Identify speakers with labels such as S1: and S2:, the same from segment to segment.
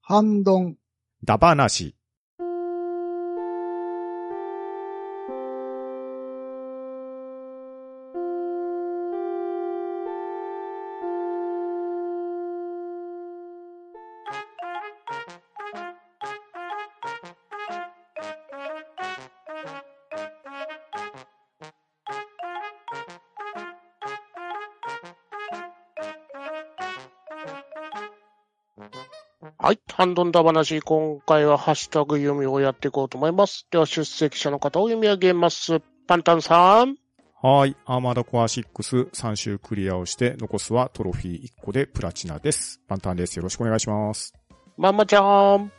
S1: 半ドン、
S2: だばなし。
S3: はい。ハンドンダ話、今回はハッシュタグ読みをやっていこうと思います。では、出席者の方を読み上げます。パンタンさん。
S2: はい。アーマードコア6、3周クリアをして、残すはトロフィー1個でプラチナです。パンタンです。よろしくお願いします。
S3: まんまちゃん。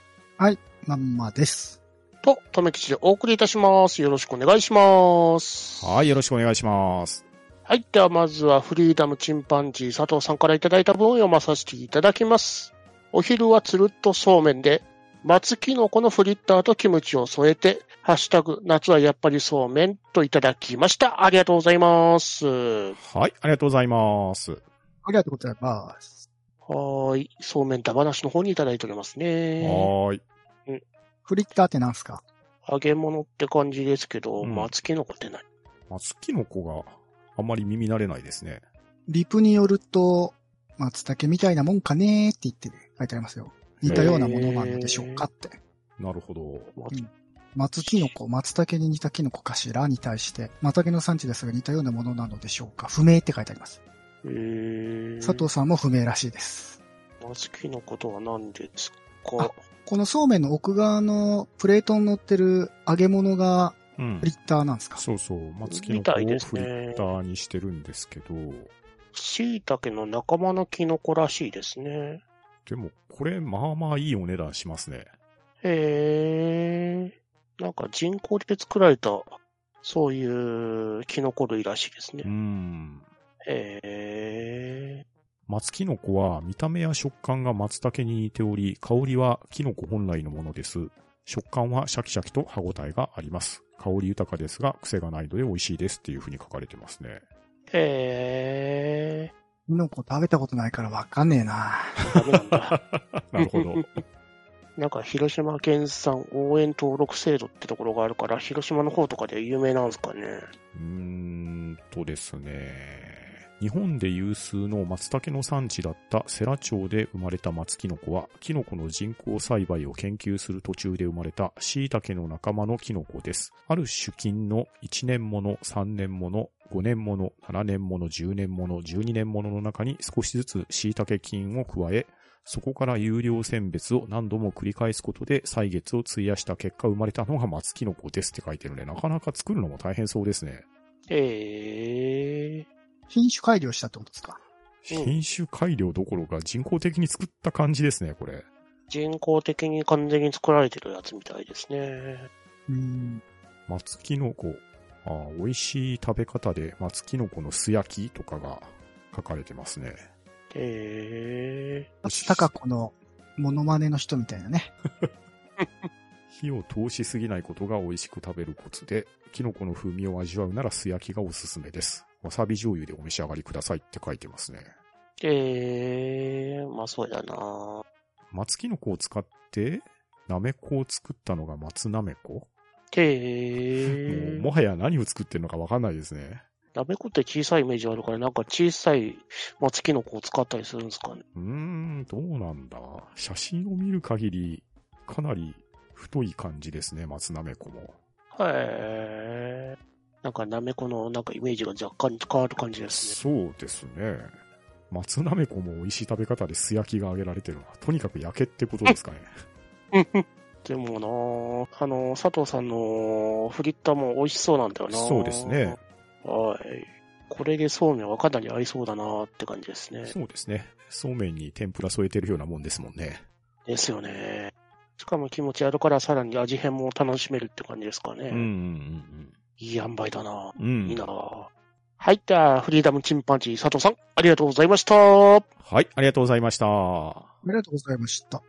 S1: まんまです。
S3: と、とめきちでお送りいたします。よろしくお願いします。
S2: はい。よろしくお願いします。
S3: はい。では、まずはフリーダムチンパンジー佐藤さんからいただいた文を読まさせていただきます。お昼はつるっとそうめんで、松きのこのフリッターとキムチを添えて、ハッシュタグ、夏はやっぱりそうめんといただきました。ありがとうございます。は
S2: はい。ありがとうございます。
S1: ありがとうございます。
S3: ーい。そうめんだ話の方にいただいておりますね。
S2: はーい。
S1: フリッターってなんすか
S3: 揚げ物って感じですけど、
S2: うん
S3: 松きのこってない。
S2: 松キノコがあんまり耳慣れないですね。
S1: リプによると、松茸みたいなもんかねーって言って書いてありますよ。似たようなものなのでしょうかって。
S2: なるほど。
S1: 松キノコ、松茸に似たキノコかしらに対して、松茸の産地ですが似たようなものなのでしょうか不明って書いてあります。
S3: えー、
S1: 佐藤さんも不明らしいです。
S3: 松きのことは何ですか
S1: このそうめんの奥側のプレートに乗ってる揚げ物が
S2: うん
S1: フリ。ッターなんですか
S2: そうそう。松キノ
S3: み
S2: コ
S3: た
S2: をフ
S3: い
S2: リ
S3: ですね
S2: ッターにしてるんですけど、
S3: 椎茸の仲間のキノコらしいですね。
S2: でもこれまあまあいいお値段しますね。
S3: へえ。なんか人工で作られた、そういうキノコ類らしいです
S2: う
S3: ね。
S2: ん。
S3: へえ。
S2: 松キノコは見た目や食感が松茸に似ており、香りはキノコ本来のものです。食感はシャキシャキと歯ごたえがあります。香り豊かですが、癖がないので美味しいですっていう風に書かれてますね。
S3: へえ。
S1: キノコ食べたことないからわかんねえな
S3: ダメなんだ。
S2: なるほど。
S3: なんか広島県産応援登録制度ってところがあるから、広島の方とかで有名なんですかね。
S2: うーんとですね。日本で有数の松茸の産地だった世羅町で生まれた松キノコは、キノコの人工栽培を研究する途中で生まれた椎茸の仲間のキノコです。ある種菌の1年もの、3年もの、5年もの、7年もの、10年もの、12年ものの中に少しずつ椎茸菌を加え、そこから有料選別を何度も繰り返すことで歳月を費やした結果生まれたのが松キノコですって書いてるので、なかなか作るのも大変そうですね。
S3: へえ。
S1: 品種改良したってことですか
S2: 品種改良どころか人工的に作った感じですね、これ。
S3: 人工的に完全に作られてるやつみたいですね。
S1: うーん。
S2: 松キノコ。あー美味しい食べ方で松キノコの素焼きとかが書かれてますね。
S3: へえ。
S1: 松高子のモノマネの人みたいなね。
S2: 火を通しすぎないことが美味しく食べるコツで、キノコの風味を味わうなら素焼きがおすすめです。わさび醤油でお召し上がりくださいって書いてますね。
S3: ええ、まあそうやな。
S2: 松キノコを使って、なめこを作ったのが松なめこも
S3: へ
S2: う
S3: え。
S2: もはや何を作ってるのかわかんないですね。
S3: なめこって小さいイメージあるから、なんか小さい松キノコを使ったりするんですかね。
S2: うーん、どうなんだ。写真を見る限り、かなり太い感じですね、松なめこも。
S3: へえ。なんかなめこのなんかイメージが若干変わる感じですね。
S2: そうですね。松なめこも美味しい食べ方で素焼きが揚げられてるのは、とにかく焼けってことですかね。
S3: でもなあの、佐藤さんのフリッターも美味しそうなんだよな
S2: そうですね。
S3: はい。これでそうめんはかなり合いそうだなって感じですね。
S2: そうですね。そうめんに天ぷら添えてるようなもんですもんね。
S3: ですよね。しかも気持ちあるからさらに味変も楽しめるって感じですかね。
S2: うんうん
S3: いい塩梅だな
S2: うんうん。
S3: いいな
S2: うん。
S3: はい、じゃあ、フリーダムチンパンジー佐藤さん、ありがとうございました。は
S2: はい、ありがとうございました。は
S1: ありがとうございました。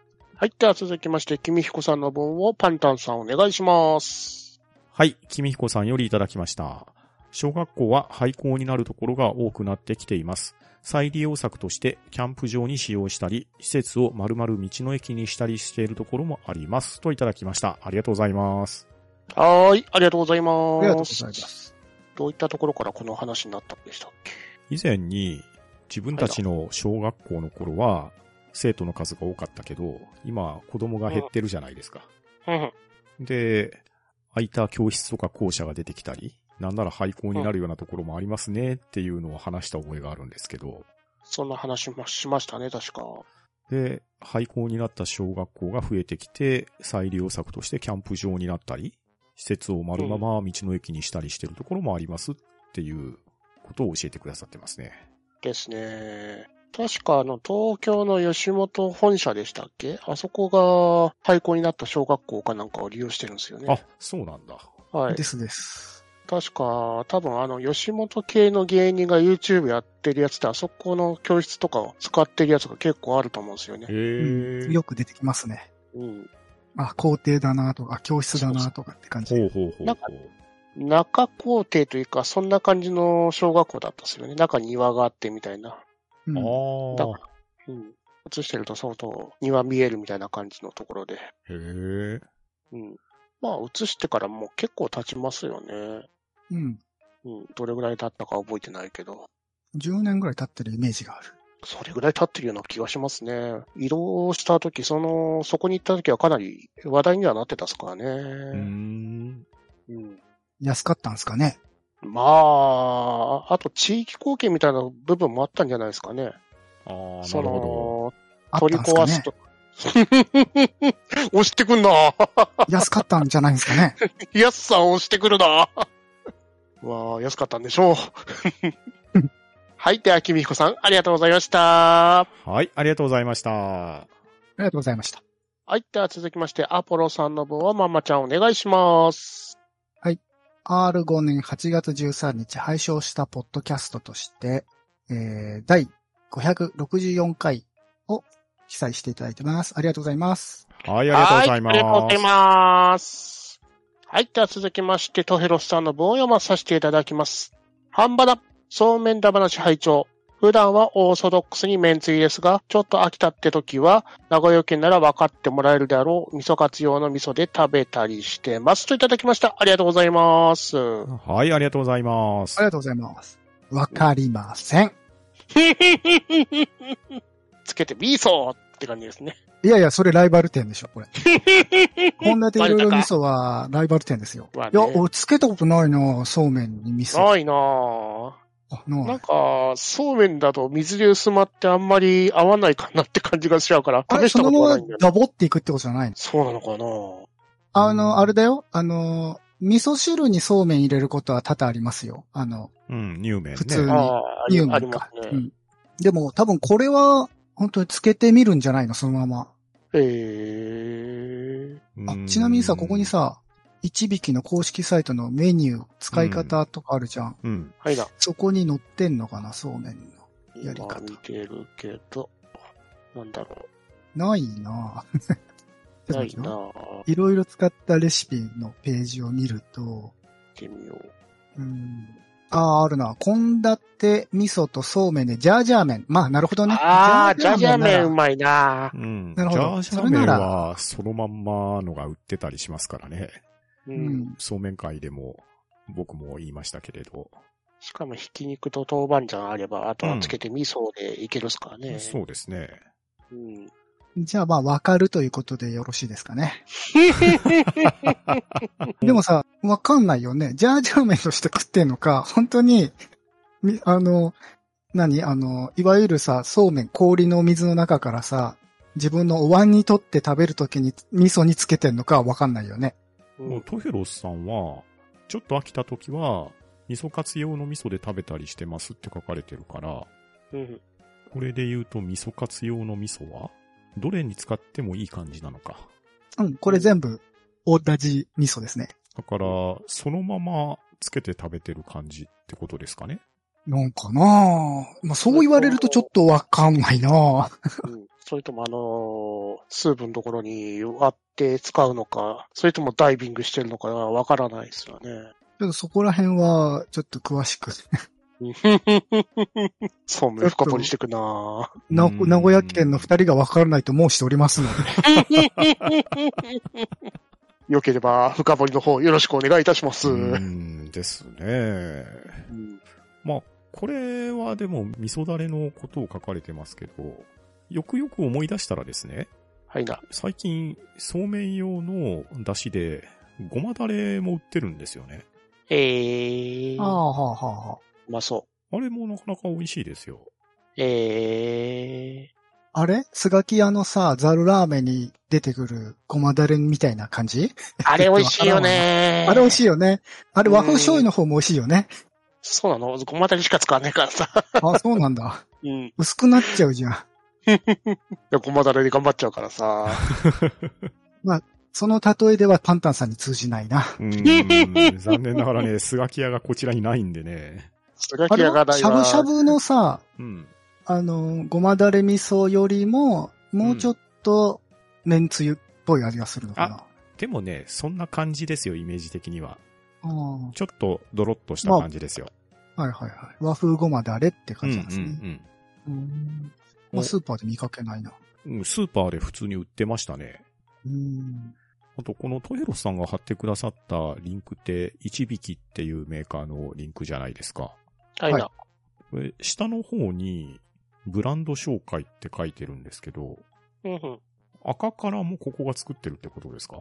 S3: い、では続きまして、君彦さんの分をパンタンさんお願いします。
S2: い、君彦さんよりいただきました。小学校は廃校になるところが多くなってきています。再利用策としてキャンプ場に使用したり、施設を丸々道の駅にしたりしているところもあります。といただきました。ありがとうございます。
S3: はーい、ありがとうございます。
S1: ありがとうございます。
S3: どういったところからこの話になったんでしたっけ
S2: 以前に自分たちの小学校の頃は生徒の数が多かったけど、今子供が減ってるじゃないですか。
S3: うん。
S2: で、空いた教室とか校舎が出てきたり、なんなら廃校になるようなところもありますねっていうのを話した覚えがあるんですけど、
S3: そんな話もしましたね、確か。
S2: で、廃校になった小学校が増えてきて、再利用策としてキャンプ場になったり、施設を丸まま道の駅にしたりしてるところもありますっていうことを教えてくださってますね。
S3: ですね。確かあの、東京の吉本本社でしたっけあそこが廃校になった小学校かなんかを利用してるんですよ
S2: あ
S3: ね。、
S2: そうなんだ。
S3: はい
S1: で。すです。
S3: 確か、多分あの、吉本系の芸人が YouTube やってるやつって、あそこの教室とかを使ってるやつが結構あると思うんですよね。
S1: うん、よく出てきますね。
S3: うん。
S1: あ、校庭だなとか、教室だなとかって感じ。
S2: ほうほうほう
S3: なん
S2: ほ
S3: 中校庭というか、そんな感じの小学校だったんですよね。中に庭があってみたいな。
S1: うん、
S2: う。
S3: だ
S2: ああ
S3: か。うん。映してると相当庭見えるみたいな感じのところで。
S2: へえ。
S3: うん。まあ、映してからもう結構経ちますよね。
S1: うん。
S3: うん。どれぐらい経ったか覚えてないけど。
S1: 10年ぐらい経ってるイメージがある。
S3: それぐらい経ってるような気がしますね。移動した時、その、そこに行った時はかなり話題にはなってたっすから
S2: うー
S3: ね。
S2: ん。
S3: うん。
S1: 安かったんですかね。
S3: まあ、あと地域貢献みたいな部分もあったんじゃないですかね。
S2: ああ、な
S3: そ
S2: るほ
S3: の、
S1: あったん
S3: 取り
S1: ですか
S3: 壊
S1: ね。
S3: すと。 押してくんな
S1: 安かったんじゃないんですかね。
S3: 安さん押してくるな わあ、安かったんでしょう。はい。では、君彦さん、ありがとうございました。
S2: ど。はい、ありがとうございました。
S1: ありがとうございました。
S3: はい。では、続きまして、アポロさんの分は、まんまちゃんお願いします。
S1: R5 年8月13日配信したポッドキャストとして、えー、第564回を記載していただいてます。ありがとうございます。
S2: はい、ありがとうございま
S3: はあ
S2: す。
S3: りがとうございます。はい。では続きまして、トヘロスさんの文を読まさせていただきます。半ばだ。そうめんだ話拝聴。普段はオーソドックスに麺つゆですが、ちょっと飽きたって時は、名古屋県なら分かってもらえるであろう、味噌活用の味噌で食べたりしてます。といただきました。ありがとうございます。
S2: はい、ありがとうございま
S1: あ
S2: す
S1: り。がとうございます。わかりません。
S3: つけて味噌って感じですね。
S1: いやいや、それライバル店でしょ、 これ。こんなでいろいろ味噌はライバル店ですよ。
S3: まあね
S1: いや、俺つけたことないなそうめんに味噌。
S3: ないなぁ。
S1: あない
S3: なんか、そうめんだと水流薄まってあんまり合わないかなって感じがしちゃうから、
S1: あ
S3: 試
S1: れ、
S3: した
S1: そ
S3: こ
S1: の
S3: とは
S1: ま
S3: ないんだ
S1: ま
S3: よね。
S1: ダボっていくってことじゃないの
S3: そうなのかな
S1: あの、あれだよ。あの、味噌汁にそうめん入れることは多々ありますよ。あの、
S2: うん、乳麺ね。
S1: 普通
S3: ああ、あり
S1: 乳
S3: あ
S1: 麺
S3: りま
S1: か
S3: すね。
S1: うん。でも多分これは本当につけてみるんじゃないのそのまま。
S3: えー、
S1: あ
S2: うん、
S1: ちなみにさ、ここに、さ、一匹の公式サイトのメニュー、使い方とかあるじゃん。
S2: うん、
S3: はいな。
S1: そこに載ってんのかなそうめんの。やり方
S3: 今見てるけど、なんだろ
S1: ないな ぁち
S3: う。
S1: ょ
S3: な
S1: っ
S3: い
S1: と待って
S3: な
S1: よ
S3: ぁ。行
S1: いろいろ使ったレシピのページを見ると、
S3: ってみよ
S1: う
S3: う。
S1: ん。ああ、あるな。献立味噌とそうめんで、ジャージャー麺。まあ、なるほどね。
S3: ああ、ジャージャー麺う
S1: なら
S3: まいなぁ。
S2: うん。
S1: なるほど
S2: ジャージャ
S1: そ
S2: ー
S1: れな
S2: 麺
S1: ら
S2: は、そのまんまのが売ってたりしますからね。
S3: う。
S1: うんん。
S2: そうめん会でも、僕も言いましたけれど。
S3: しかも、ひき肉と豆板醤あれば、あとはつけて味噌でいけるっすからね。
S2: そうですね。
S3: うん。
S1: じゃあ、まあ、わかるということでよろしいですかね。
S2: うん
S1: でもさ、わかんないよね。ジャージャー麺として食ってんのか、本当に、みあの、何あの、いわゆるさ、そうめん、氷の水の中からさ、自分のお椀にとって食べるときに味噌につけてんのかはわかんないよね。
S2: もう、トヘロスさんは、ちょっと飽きた時は、味噌カツ用の味噌で食べたりしてますって書かれてるから、
S3: うん。
S2: これで言うと味噌カツ用の味噌は、どれに使ってもいい感じなのか。
S1: うん、これ全部、同じ味噌ですね。
S2: だから、そのままつけて食べてる感じってことですかね。
S1: なんかなぁ。まあ、そう言われるとちょっとわかんないなぁ。
S3: うんそれともあのースープのところに割って使うのか、それともダ イビングしてるのかわからないですよね。
S1: ちょっとそこら辺は、ちょっと詳しく
S3: そうめん深掘りしてくなぁ
S1: な
S2: うん
S1: 名古屋県の二人がわからないと申しておりますの で。
S3: よければ、深掘りの方よろしくお願いいたします。
S2: うーんですね。
S3: うん
S2: まあ、これはでも、味噌だれのことを書かれてますけど、よくよく思い出したらですね、
S3: はいな。
S2: 最近、そうめん用の出汁で、ごまだれも売ってるんですよね。
S3: えー、
S1: ああ、はあ、はあ、は
S3: うまそ
S2: あれもなかなか美味しいですよ。
S3: う。え
S1: あ。あれスガキ屋のさ、ザルラーメンに出てくるごまだれみたいな感じ
S3: ー、あれ美味しいよ ね
S1: あれ美味し
S3: い。
S1: いよね。あれ和風醤油の方も美味しいよ ね。
S3: そうなのごまだれしか使わないからさ。
S1: あ、そうなんだ。
S3: うん。
S1: 薄くなっちゃうじゃん。
S3: ごまだれで頑張っちゃうからさ。
S1: その例えではパンタンさんに通じないな。
S2: うーん残念ながらね、 スガキ屋がこちらにないんでね。
S3: すが
S1: あ
S3: き
S1: れ
S3: やが
S1: は
S3: ない
S1: しゃぶ
S3: わ
S1: しゃぶのさ、
S2: うん。
S1: あの、ごまだれ味噌よりも、もうちょっと、麺つゆっぽい味がするのかな。
S2: でもね、そんな感じですよ、イメージ的には。
S1: あー
S2: ちょっとドロッとした感じですよ。
S1: はいはいはい。和風ごまだれって感じなんですね。
S2: うん
S1: うんまあ、スーパーで見かけないな。
S2: うんうん。スーパーで普通に売ってましたね。
S1: うん。
S2: あと、このトヘロスさんが貼ってくださったリンクって、一匹っていうメーカーのリンクじゃないですか。
S3: はいな。
S2: これ下の方に、ブランド紹介って書いてるんですけど、
S3: うんうん。
S2: 赤からもここが作ってるってことですか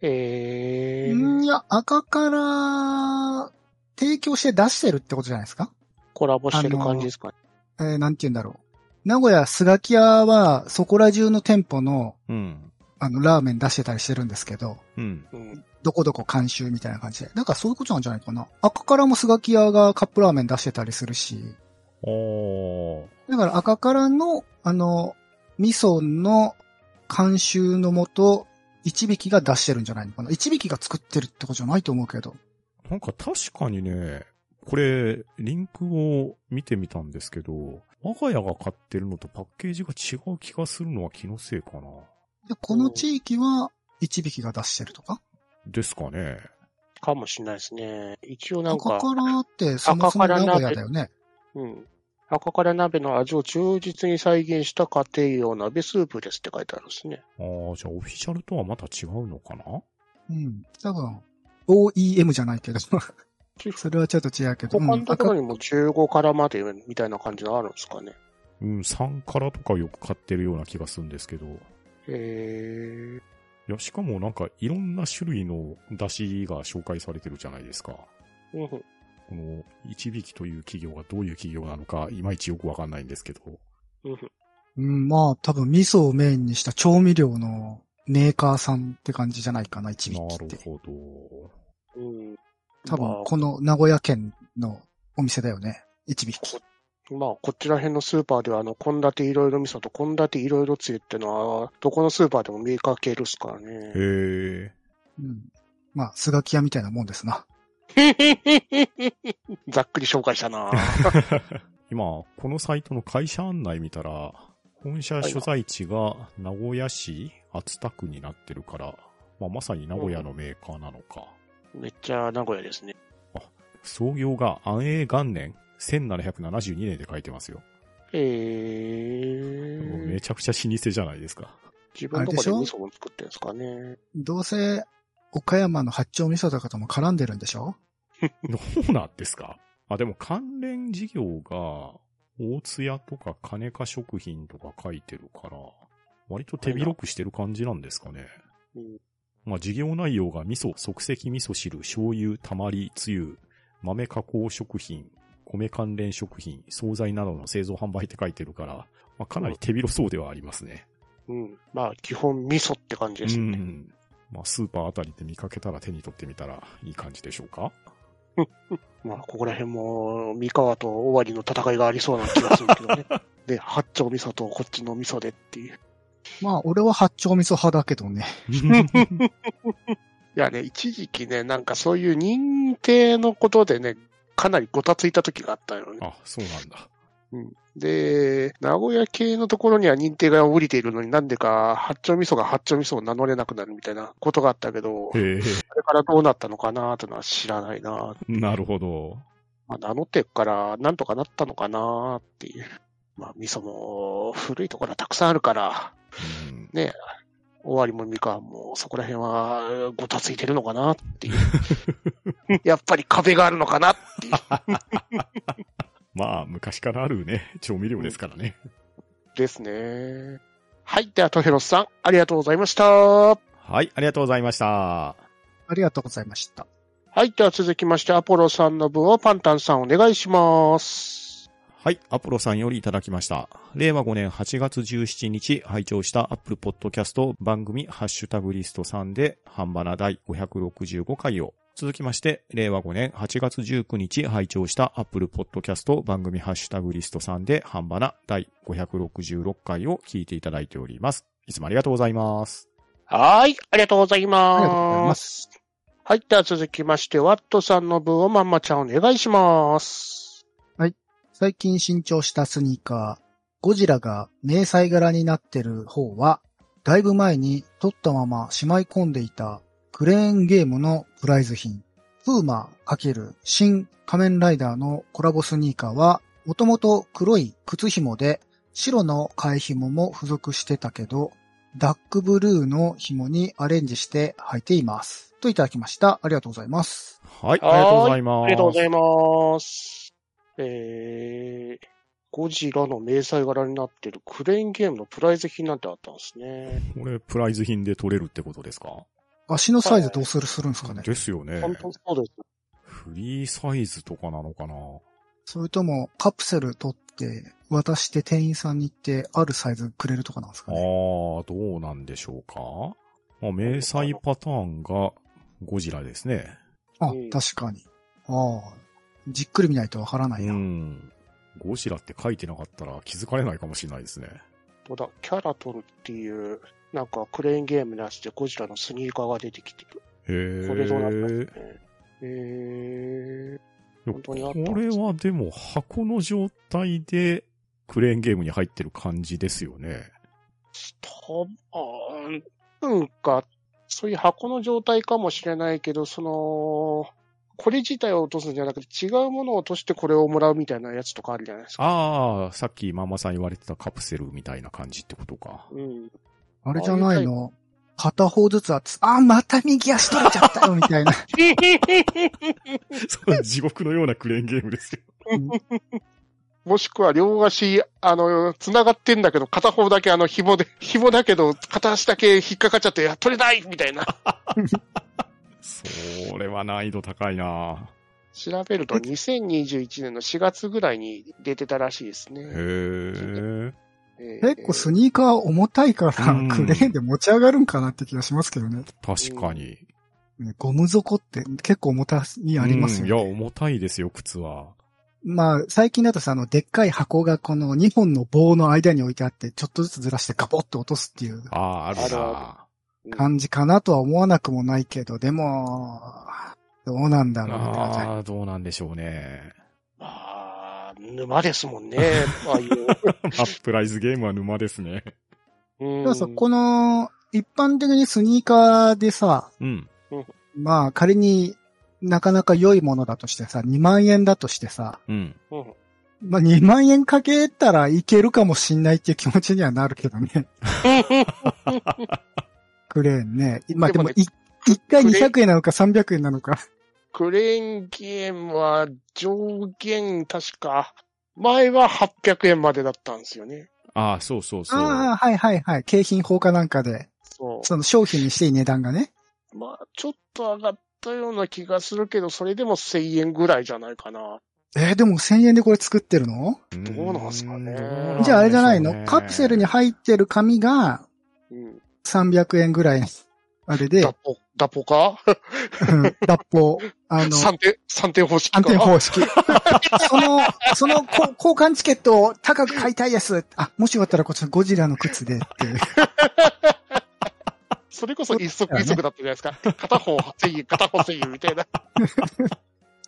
S3: え
S1: うん
S3: ー、
S1: いや、赤から、提供して出してるってことじゃないですか
S3: コラボしてる感じですかね。
S1: えーなんて言うんだろう。名古屋スガキ屋は、そこら中の店舗の、
S2: うん。
S1: あの、ラーメン出してたりしてるんですけど、
S2: うん。
S3: うん。
S1: どこどこ監修みたいな感じで。だからそういうことなんじゃないかな。赤からもスガキ屋がカップラーメン出してたりするし、
S2: あー。
S1: だから赤からの、あの、味噌の監修のもと、一匹が出してるんじゃないのかな。一匹が作ってるってことじゃないと思うけど。
S2: なんか確かにね、これ、リンクを見てみたんですけど、我が家が買ってるのとパッケージが違う気がするのは気のせいかな。
S1: でこの地域は、一匹が出してるとか
S2: ですかね。
S3: かもしれないですね。一応なん
S1: 赤か
S3: か、
S1: らって、そもそも名古屋だよね。
S3: うん。赤から鍋の味を忠実に再現した家庭用鍋スープですって書いてあるんですね。
S2: ああ、じゃあオフィシャルとはまた違うのかな
S1: うん。多分、OEM じゃないけど、 それはちょっと違うけど。
S3: 他の
S1: うん
S3: ところにも15からまでみたいな感じのあるんですかね。
S2: うん、3からとかよく買ってるような気がするんですけど。い
S3: へえ。
S2: や、しかもなんかいろんな種類の出汁が紹介されてるじゃないですか。
S3: うん
S2: この、一匹という企業がどういう企業なのか、いまいちよくわかんないんですけど。
S3: うん。
S1: うん、まあ、多分味噌をメインにした調味料のメーカーさんって感じじゃないかな、一
S2: な
S1: 匹っ
S2: る
S1: て。
S2: ほど。
S3: うん。うん
S1: 多
S3: まあ
S1: 分、この名古屋県のお店だよね。一匹。
S3: まあ、こっちら辺のスーパーでは、あの、献立いろいろ味噌と献立いろいろつゆってのは、どこのスーパーでも見かけるっすから
S2: へ
S3: ね。
S2: え。
S1: うん。まあ、スガキ屋みたいなもんですな。
S3: ざっくり紹介したな
S2: 今、このサイトの会社案内見たら、本社所在地が名古屋市厚田区になってるから、まあ、まさに名古屋のメーカーなのか。
S3: めっちゃ名古屋ですね。
S2: 創業が安永元年、1772年で書いてますよ。
S3: へ
S2: もう
S3: え
S2: め。ちゃくちゃ老舗じゃないですか。
S3: 自分とこで味噌を作ってるんですかね。
S1: どうせ、岡山の八丁味噌とかとも絡んでるんでしょ
S2: どうなんですかあ、でも関連事業が、大津屋とか金華食品とか書いてるから、割と手広くしてる感じなんですかね。
S3: うん
S2: まあ、事業内容が味噌、即席味噌汁、醤油、たまり、つゆ、豆加工食品、米関連食品、惣菜などの製造販売って書いてるから、まあ、かなり手広そうではありますね。
S3: うん。まあ、基本味噌って感じ
S2: う
S3: ですね。
S2: ん。まあ、スーパーあたりで見かけたら手に取ってみたらいい感じでしょうか
S3: まあ、ここら辺も、三河と尾張の戦いがありそうな気がするけ どね。で、八丁味噌とこっちの味噌でっていう。
S1: まあ、俺は八丁味噌派だけどね。
S3: いやね、一時期ね、なんかそういう認定のことでね、かなりごたついた時があったよ ね。
S2: あ、そうなんだ。
S3: で、名古屋系のところには認定が降りているのになんでか八丁味噌が八丁味噌を名乗れなくなるみたいなことがあったけど、こ
S2: へえ。
S3: れからどうなったのかなーとのは知らないな。
S2: なるほど。
S3: まあ、ナノテックからなんとかなったのかなっていう。まあ、味噌も古いところはたくさんあるから、
S2: うん
S3: 終わりもみかんもそこら辺はごたついてるのかなっていう。 やっぱり壁があるのかなっていう。
S2: まあ、昔からあるね、調味料ですからね。
S3: ですね。はい。では、トヘロスさん、ありがとうございました。は
S2: はい、ありがとうございました。
S1: ありがとうございました。
S3: い。では、続きまして、アポロさんの分をパンタンさんお願いします。
S2: はい、アポロさんよりいただきました。令和5年8月17日、拝聴したアップルポッドキャスト番組ハッシュタグリストさんで、ハンバナ第565回を。続きまして、令和5年8月19日、拝聴したアップルポッドキャスト番組ハッシュタグリストさんで、ハンバナ第566回を聞いていただいております。いつもありがとうございます。
S3: はい。ありがとうござい
S1: ありがとうござい
S3: ま。
S1: ますす。
S3: はい。では、続きまして、ワットさんの分をまんまちゃんお願いします。
S1: 最近新調したスニーカー、ゴジラが迷彩柄になってる方は、だいぶ前に取ったまましまい込んでいたクレーンゲームのプライズ品、プーマ×新仮面ライダーのコラボスニーカーは、もともと黒い靴紐で、白の替え紐も付属してたけど、ダックブルーの紐にアレンジして履いています。といただきました。ありがとうございます。
S2: はい、ありがとうございます。
S3: ありがとうございます。えー、ゴジラの迷彩柄になってるクレーンゲームのプライズ品なんてあったんですね。
S2: これ、プライズ品で取れるってことですか
S1: 足のサイズどうするするんですかね
S2: ですよね。
S3: 本当そうです。
S2: フリーサイズとかなのかな
S1: それとも、カプセル取って、渡して店員さんに行って、あるサイズくれるとかなんですかね。
S2: ああ、どうなんでしょうかまあ、迷彩パターンがゴジラですね。
S1: あ
S3: うん、
S1: 確かに。ああ、じっくり見ないとわからな
S2: う
S1: いな。
S2: ん。ゴジラって書いてなかったら気づかれないかもしれないですね。
S3: そうだ、キャラトルっていう、なんかクレーンゲームのやつでゴジラのスニーカーが出てきてる。
S2: へえ。
S3: これどうなったんですかね。え本当にあったんですね
S2: これはでも箱の状態でクレーンゲームに入ってる感じですよね。
S3: ー、多分、なんか、そういう箱の状態かもしれないけど、その、これ自体を落とすんじゃなくて、違うものを落としてこれをもらうみたいなやつとかあるじゃないですか。
S2: ああ、さっきママさん言われてたカプセルみたいな感じってことか。
S3: うん。
S1: あれじゃないの片方ずつあつ、あ、また右足取れちゃったよ、み たいな。
S2: そう、地獄のようなクレーンゲームですよ。
S1: うん
S3: もしくは両足、あの、繋がってんだけど、片方だけあの、紐で、 紐だけど、片足だけ引っかかっちゃって、あ取れないみたいな。
S2: それは難易度高いな
S3: 調べると2021年の4月ぐらいに出てたらしいです
S2: へ
S3: ね。
S2: え。
S3: えー
S1: 結構スニーカー重たいから、
S2: うん
S1: クレーンで持ち上がるんかなって気がしますけどね。
S2: 確かに。
S1: ねゴム底って結構重たにありますよね。
S2: うんいや、重たいですよ、靴は。
S1: まあ、最近だとさ、あの、でっかい箱がこの2本の棒の間に置いてあって、ちょっとずつずらしてガポッと落とすっていう
S2: ああ、ある
S3: ある
S2: な
S3: あ。
S1: 感じかなとは思わなくもないけど、でも、どうなんだろうね。
S2: ああ、どうなんでしょうね。
S3: まあ、沼ですもん ね。ああいう。
S2: まあ、プライズゲームは沼ですね。
S3: う
S1: でもさ、この、一般的にスニーカーでさ、
S2: うん。
S1: まあ仮になかなか良いものだとしてさ、2万円だとしてさ、
S2: うん。
S3: うん
S1: まあ2万円かけたらいけるかもしんないっていう気持ちにはなるけどね。クレーンね。まあでも、
S3: でもね
S1: い一回
S3: クレーン
S1: 200円なのか300円なのか。
S3: クレーンゲームは上限、確か、前は800円までだったんですよね。
S2: ああ、そうそうそう。
S1: ああ、はいはいはい。景品法かなんかで、
S3: そ
S1: その商品にしていい値段がね。
S3: う。まあ、ちょっと上がったような気がするけど、それでも1000円ぐらいじゃないかな。
S1: えーでも1000円でこれ作ってるの
S3: どうなんすかね
S2: うーん
S1: じゃああれじゃない
S2: どう
S1: の
S2: んでしょうね
S1: カプセルに入ってる紙が
S3: うん。
S1: 300円ぐらいの、あれで
S3: ダ、ポ、ダポか
S1: うん脱法、あの、
S3: 算定、算定方式か
S1: 安定方式。 その、そのこ交換チケットを高く買いたいです。あ、もしよかったらこっちのゴジラの靴でっていう。
S3: それこそ一足一足だったじゃないで すか。片方1000円、片方1000円みたいな。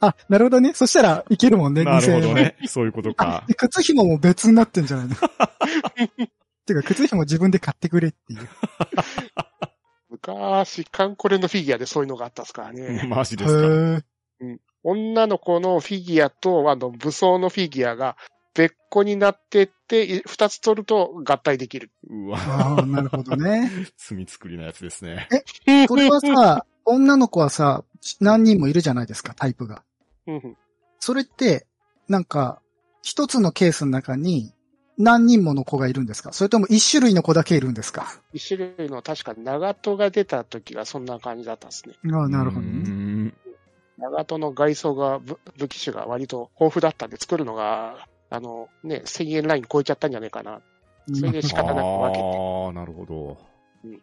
S1: あ、なるほどね。そしたらいけるもんね、
S2: なるほ
S1: 2000
S2: ど
S1: 円。
S2: ね。そういうことか。
S1: で、靴紐も別になってんじゃないの てか、靴紐自分で買ってくれっていう。
S3: 昔、カンコレのフィギュアでそういうのがあったっすからね。
S2: マジ
S1: へ
S2: ですか。
S1: ー
S3: 女の子のフィギュアと、あの、武装のフィギュアが別個になってって、い二つ取ると合体できる。
S2: うわ、
S1: ああ、なるほどね。
S2: 罪作りなやつですね。
S1: これはさ、女の子はさ、何人もいるじゃないですか、タイプが。
S3: うんうん
S1: それって、なんか、一つのケースの中に何人もの子がいるんですかそれとも一種類の子だけいるんですか
S3: 一種類の確か長門が出た時はそんな感じだったですね。
S1: ああ、なるほど、
S2: う
S1: ね。
S2: ん
S3: 長門の外装が、ぶ武器種が割と豊富だったんで、作るのが、あの、ね、1000円ライン超えちゃったんじゃないかな。それで仕方なく分けて。
S2: ああ、なるほど
S3: うん。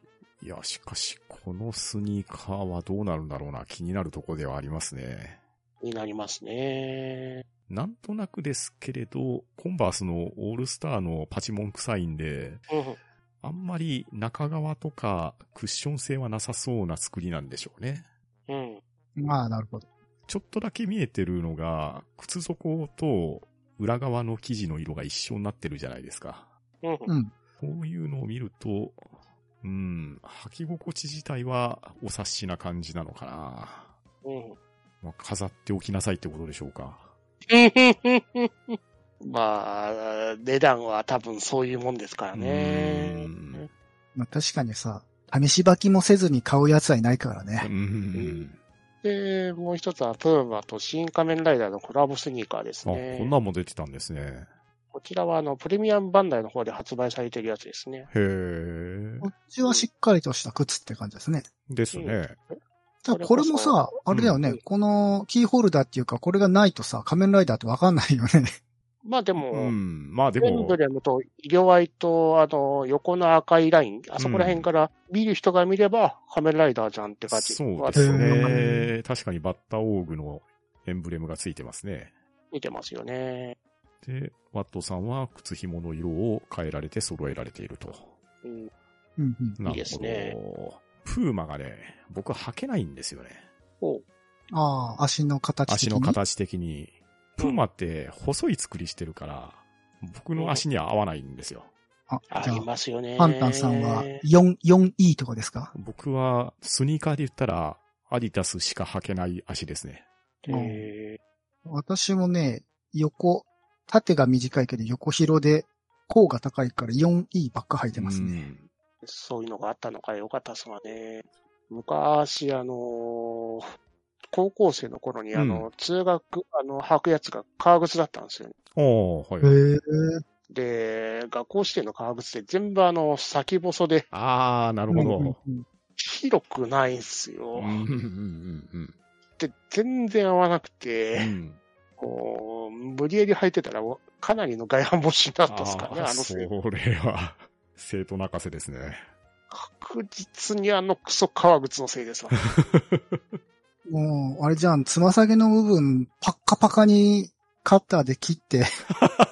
S2: いや、しかし、このスニーカーはどうなるんだろうな。気になるとこではありますね。
S3: になりますね。
S2: なんとなくですけれど、コンバースのオールスターのパチモン臭いんで、
S3: うんうん。
S2: あんまり中側とかクッション性はなさそうな作りなんでしょうね。
S3: うん。
S1: まあ、なるほど。
S2: ちょっとだけ見えてるのが、靴底と裏側の生地の色が一緒になってるじゃないですか。
S3: うん
S1: う
S3: うん。
S1: ん。
S2: こういうのを見ると、うん、履き心地自体はお察しな感じなのか
S3: う
S2: な。
S3: ん。
S2: まあ飾っておきなさいってことでしょうか。
S3: まあ、値段は多分そういうもんですからね
S2: う。ん
S1: まあ、確かにさ、試し履きもせずに買うやつはいないから
S2: う
S1: ね。
S2: ん。
S3: で、もう一つは、プーマと新仮面ライダーのコラボスニーカーです
S2: あ、こ
S3: ね。
S2: んなんも出てたんですね。
S3: こちらは、あの、プレミアムバンダイの方で発売されてるやつですね。
S2: へえ
S1: こ。っちはしっかりとした靴って感じですね。
S2: ですね。
S1: ただこれもさ、あれだよね、
S3: うん
S1: このキーホルダーっていうか、これがないとさ、仮面ライダーってわかんないよね。
S3: まあでも、
S2: うん。まあで
S3: エン
S2: も
S3: ブ、レムと色合いと、あの、横の赤いライン、あそこら辺から見る人が見れば、仮面ライダーじゃんって感じ。
S2: そうです
S1: へ
S2: ね。確かにバッターオーグのエンブレムがついてますね。
S3: 見てますよね。
S2: で、ワットさんは靴紐の色を変えられて揃えられていると。
S3: うん。
S1: うんうん。
S2: ない
S3: いで
S2: るほ
S3: す
S2: ど。
S3: ね
S2: プーマがね、僕は履けないんですよね。
S3: おう
S1: ああ、足の形的
S2: 足
S1: に。
S2: の形的に。プーマって細い作りしてるから、僕の足には合わないんですよ。
S1: あ、
S3: あ
S1: じゃ
S3: りますよね。
S1: あ、パンタンさんは4、4E とかですか
S2: 僕はスニーカーで言ったら、アディタスしか履けない足ですね。
S3: え
S1: 私もね、横、縦が短いけど横広で、甲が高いから 4E ばっか履いてますね。
S2: ね。
S3: ーそういうのがあったのかよかったっすわね。昔、あのー高校生の頃に、あの、
S2: う
S3: 通学、あの、履くやつが革靴だったんですよね。
S2: おー、はい。
S1: へえ。
S3: で、学校指定の革靴って全部あの、先細で
S2: あー、なる
S1: うん
S2: ほ
S1: うん
S2: ど。
S1: うん
S3: 広くないんす
S2: う
S3: よ。
S2: んうんうんうん
S3: って全然合わなく
S2: う
S3: て、
S2: ん
S3: こう、無理やり履いてたら、かなりの外反母趾になったっすからね、あ
S2: あー
S3: のせい
S2: それは、生徒泣かせですね。
S3: 確実にあのクソ革靴のせい ですわ。
S1: もう、あれじゃん、つま先の部分、パッカパカにカッターで切って、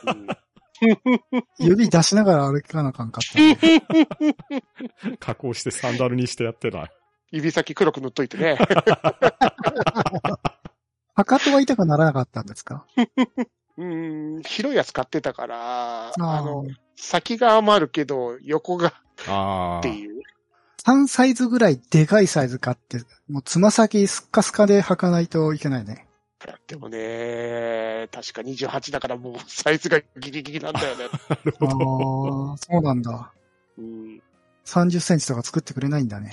S3: うん
S1: 指出しながら歩かなあかんかったね。
S2: 加工してサンダルにしてやってた。
S3: 指先黒く塗っといてね。
S1: かかとは痛くならなかったんですか
S3: うん、広いやつ買ってたから、あ
S1: あ
S3: の
S1: の、、
S3: 先が余るけど、横が
S2: あ
S3: って
S2: ー。
S3: いう。
S1: 3サイズぐらいでかいサイズ買って、もうつま先スッカスカで履かないといけないね。
S3: でもね、確か28だからもうサイズがギリギリなんだよ ね。
S2: なる
S1: ああ
S2: ほど。
S1: ー、そうなんだ。
S3: うん、
S1: 30センチとか作ってくれないんだね。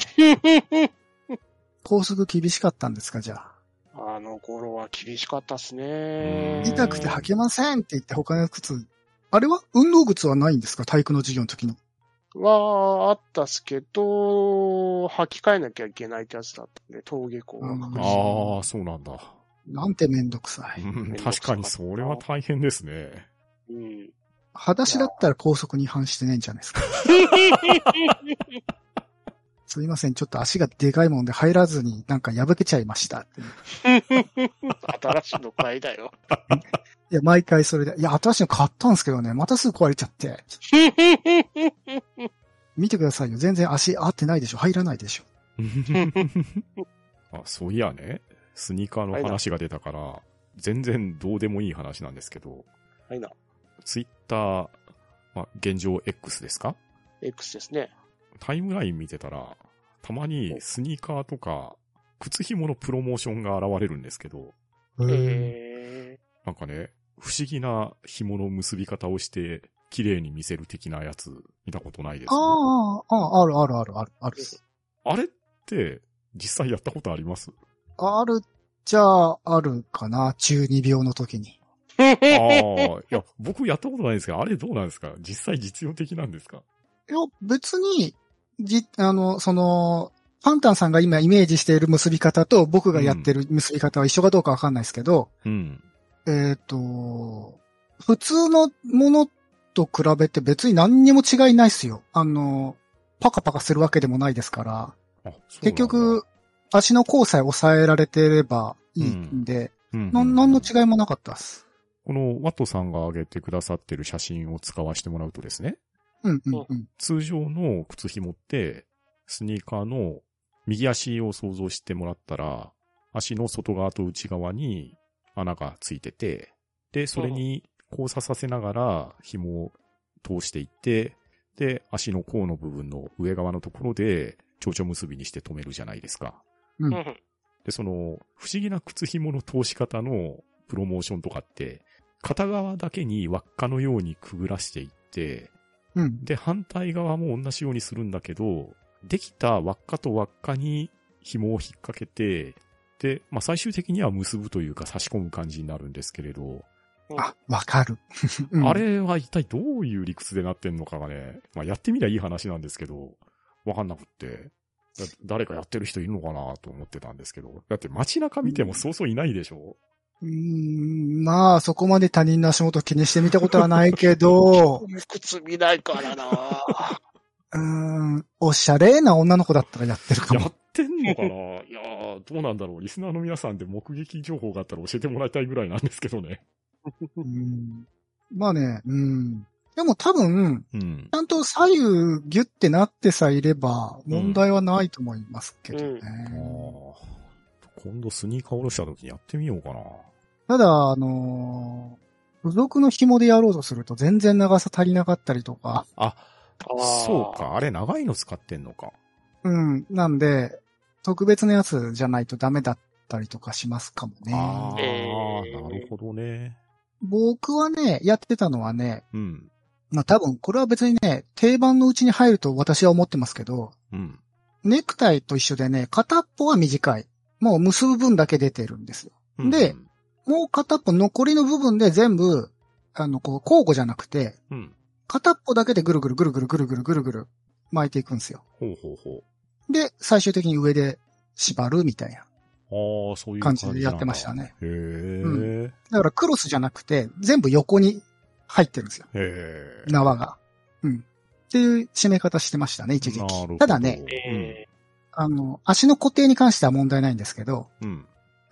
S1: 高速厳しかったんですか、じゃあ。
S3: あの頃は厳しかったっすね。
S1: 痛くて履けませんって言って他の靴、あれは運動靴はないんですか体育の授業の時の。
S3: はあったっすけど、履き替えなきゃいけないってやつだったんで、登下校は
S1: う
S3: 確
S1: ん
S3: 実に
S2: ああ、そうなんだ。
S1: なんてめんどくさい。
S2: うん確かにそれは大変ですね。
S3: うん。
S1: 裸足だったら高速に違反してねえんじゃないです か。すいません、ちょっと足がでかいもんで入らずになんか破けちゃいました。
S3: 新しいの買いだよ。
S1: いや、毎回それで、いや、新しいの買ったんですけどね、またすぐ壊れちゃって。見てくださいよ、全然足合ってないでしょ、入らないでしょ。
S2: あ、そういやね、スニーカーの話が出たから、全然どうでもいい話なんですけど、
S3: はいな。
S2: ツイッター、まあ、現状 X ですか
S3: X ですね。
S2: タイムライン見てたら、たまにスニーカーとか、靴紐のプロモーションが現れるんですけど、
S3: え
S2: なんかね、不思議な紐の結び方をして、綺麗に見せる的なやつ、見たことないです。
S1: ああ、ああ、あるあるあるある、ある。
S2: あれって、実際やったことあります
S1: あるじゃあ、あるかな。中二病の時に。
S2: ああ、
S3: ー。
S2: いや、僕やったことないですけど、あれどうなんですか実際実用的なんですか
S1: いや、別に、じ、あの、その、パンタンさんが今イメージしている結び方と僕がやってる結び方は一緒かどうかわかんないですけど、
S2: うん。
S1: えっ、と、普通のものと比べて別に何にも違いないっすよ。あの、パカパカするわけでもないですから、
S2: あそうなんだ
S1: 結局、、足の交差抑えられてればいいんで、
S2: うん
S1: なん、何の違いもなかったっす。
S2: このワットさんが上げてくださってる写真を使わせてもらうとですね、
S1: うんうんうん。
S2: 通常の靴紐って、スニーカーの右足を想像してもらったら、足の外側と内側に穴がついてて、で、それに交差させながら紐を通していって、で、足の甲の部分の上側のところで、蝶々結びにして止めるじゃないですか。
S1: うん
S3: うん
S2: で、その、不思議な靴紐の通し方のプロモーションとかって、片側だけに輪っかのようにくぐらしていって、
S1: うん。
S2: で、反対側も同じようにするんだけど、できた輪っかと輪っかに紐を引っ掛けて、で、まあ、最終的には結ぶというか差し込む感じになるんですけれど、
S1: あ、わかる。 うん
S2: あれは一体どういう理屈でなってんのかがね、まあ、やってみりゃいい話なんですけど、わかんなくって、だ誰かやってる人いるのかなと思ってたんですけど、だって街中見てもそうそういないでしょ、
S1: うーんまあ、そこまで他人の足元気にしてみたことはないけ ど、
S3: 靴見ないからな。
S1: うーん、おしゃれな女の子だったらやってるか
S2: や
S1: も。
S2: ってんのかな いやー、どうなんだろう。リスナーの皆さんで目撃情報があったら教えてもらいたいぐらいなんですけどね。
S1: うんまあね、うん。でも多分、
S2: うん
S1: ち。ゃんと左右ギュってなってさえいれば、問題はないと思いますけどね。
S2: あー今度スニーカー下ろした時にやってみようかな。
S1: ただ、あのー付属の紐でやろうとすると全然長さ足りなかったりとか、
S2: あ、
S3: あー
S2: そう。か。あれ長いの使ってんのか。
S1: うん、なんで、特別なやつじゃないとダメだったりとかしますかもね。
S2: ああ、
S3: えー
S2: なるほどね。
S1: 僕はね、やってたのはね、
S2: うん。
S1: まあ多分これは別にね、定番のうちに入ると私は思ってますけど、
S2: うん。
S1: ネクタイと一緒でね、片っぽは短い。もう結ぶ分だけ出てるんですよ。
S2: うん
S1: で、もう片っぽ残りの部分で全部、あの、こう、交互じゃなくて、
S2: うん。
S1: 片っぽだけでぐるぐるぐるぐるぐるぐるぐるぐる巻いていくんですよ。
S2: ほうほうほ
S1: で、最終的に上で縛るみたいな。
S2: う。ああ、そういう
S1: 感じでやってましたね
S2: 感じなんだ。へえ、
S1: う
S2: へ
S1: だからクロスじゃなくて、全部横に入ってるんですよ。
S2: え。
S1: 縄が。うん。っていう締め方してましたね、一時
S2: なるほ
S1: 期。
S2: ど
S1: ただね、
S3: え
S1: あの、足の固定に関しては問題ないんですけど、
S2: うん。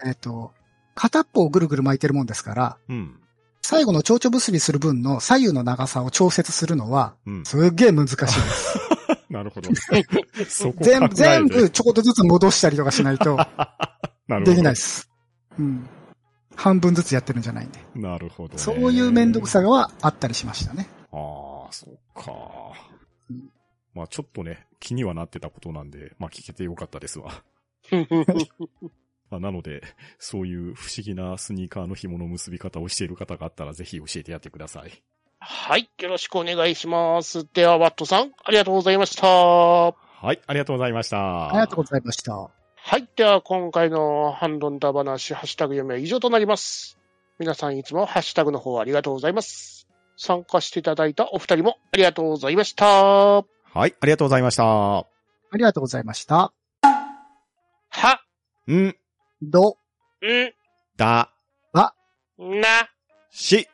S1: えっ、と、片っぽをぐるぐる巻いてるもんですから、
S2: うん。
S1: 最後の蝶々結びする分の左右の長さを調節するのは、
S2: うん。
S1: すっげえ難しいです。
S2: なる ほど。そこ
S1: 全部、
S2: 考え
S1: 全
S2: て
S1: 部ちょこっとずつ戻したりとかしないと、
S2: なるほど
S1: できないです。うん。半分ずつやってるんじゃないんで。
S2: なるほどね。
S1: そういうめんどくさがはあったりしましたね。
S2: ああ、そっか
S1: うん。
S2: まあちょっとね、気にはなってたことなんで、まあ聞けてよかったですわ。
S3: ー
S2: まあなので、そういう不思議なスニーカーの紐の結び方をしている方があったら、ぜひ教えてやってください。
S3: はい。よろしくお願いします。では、ワットさん、ありがとうございました。は
S2: はい、ありがとうございました。
S1: ありがとうございました。
S3: い。では、今回のハンドンダ話、ハッシュタグ夢は以上となります。皆さんいつもハッシュタグの方ありがとうございます。参加していただいたお二人もありがとうございました。
S2: はい、ありがとうございました。
S1: ありがとうございました。
S3: は、
S2: ん、
S1: ど、
S3: ん、
S2: だ、
S3: な、
S2: し。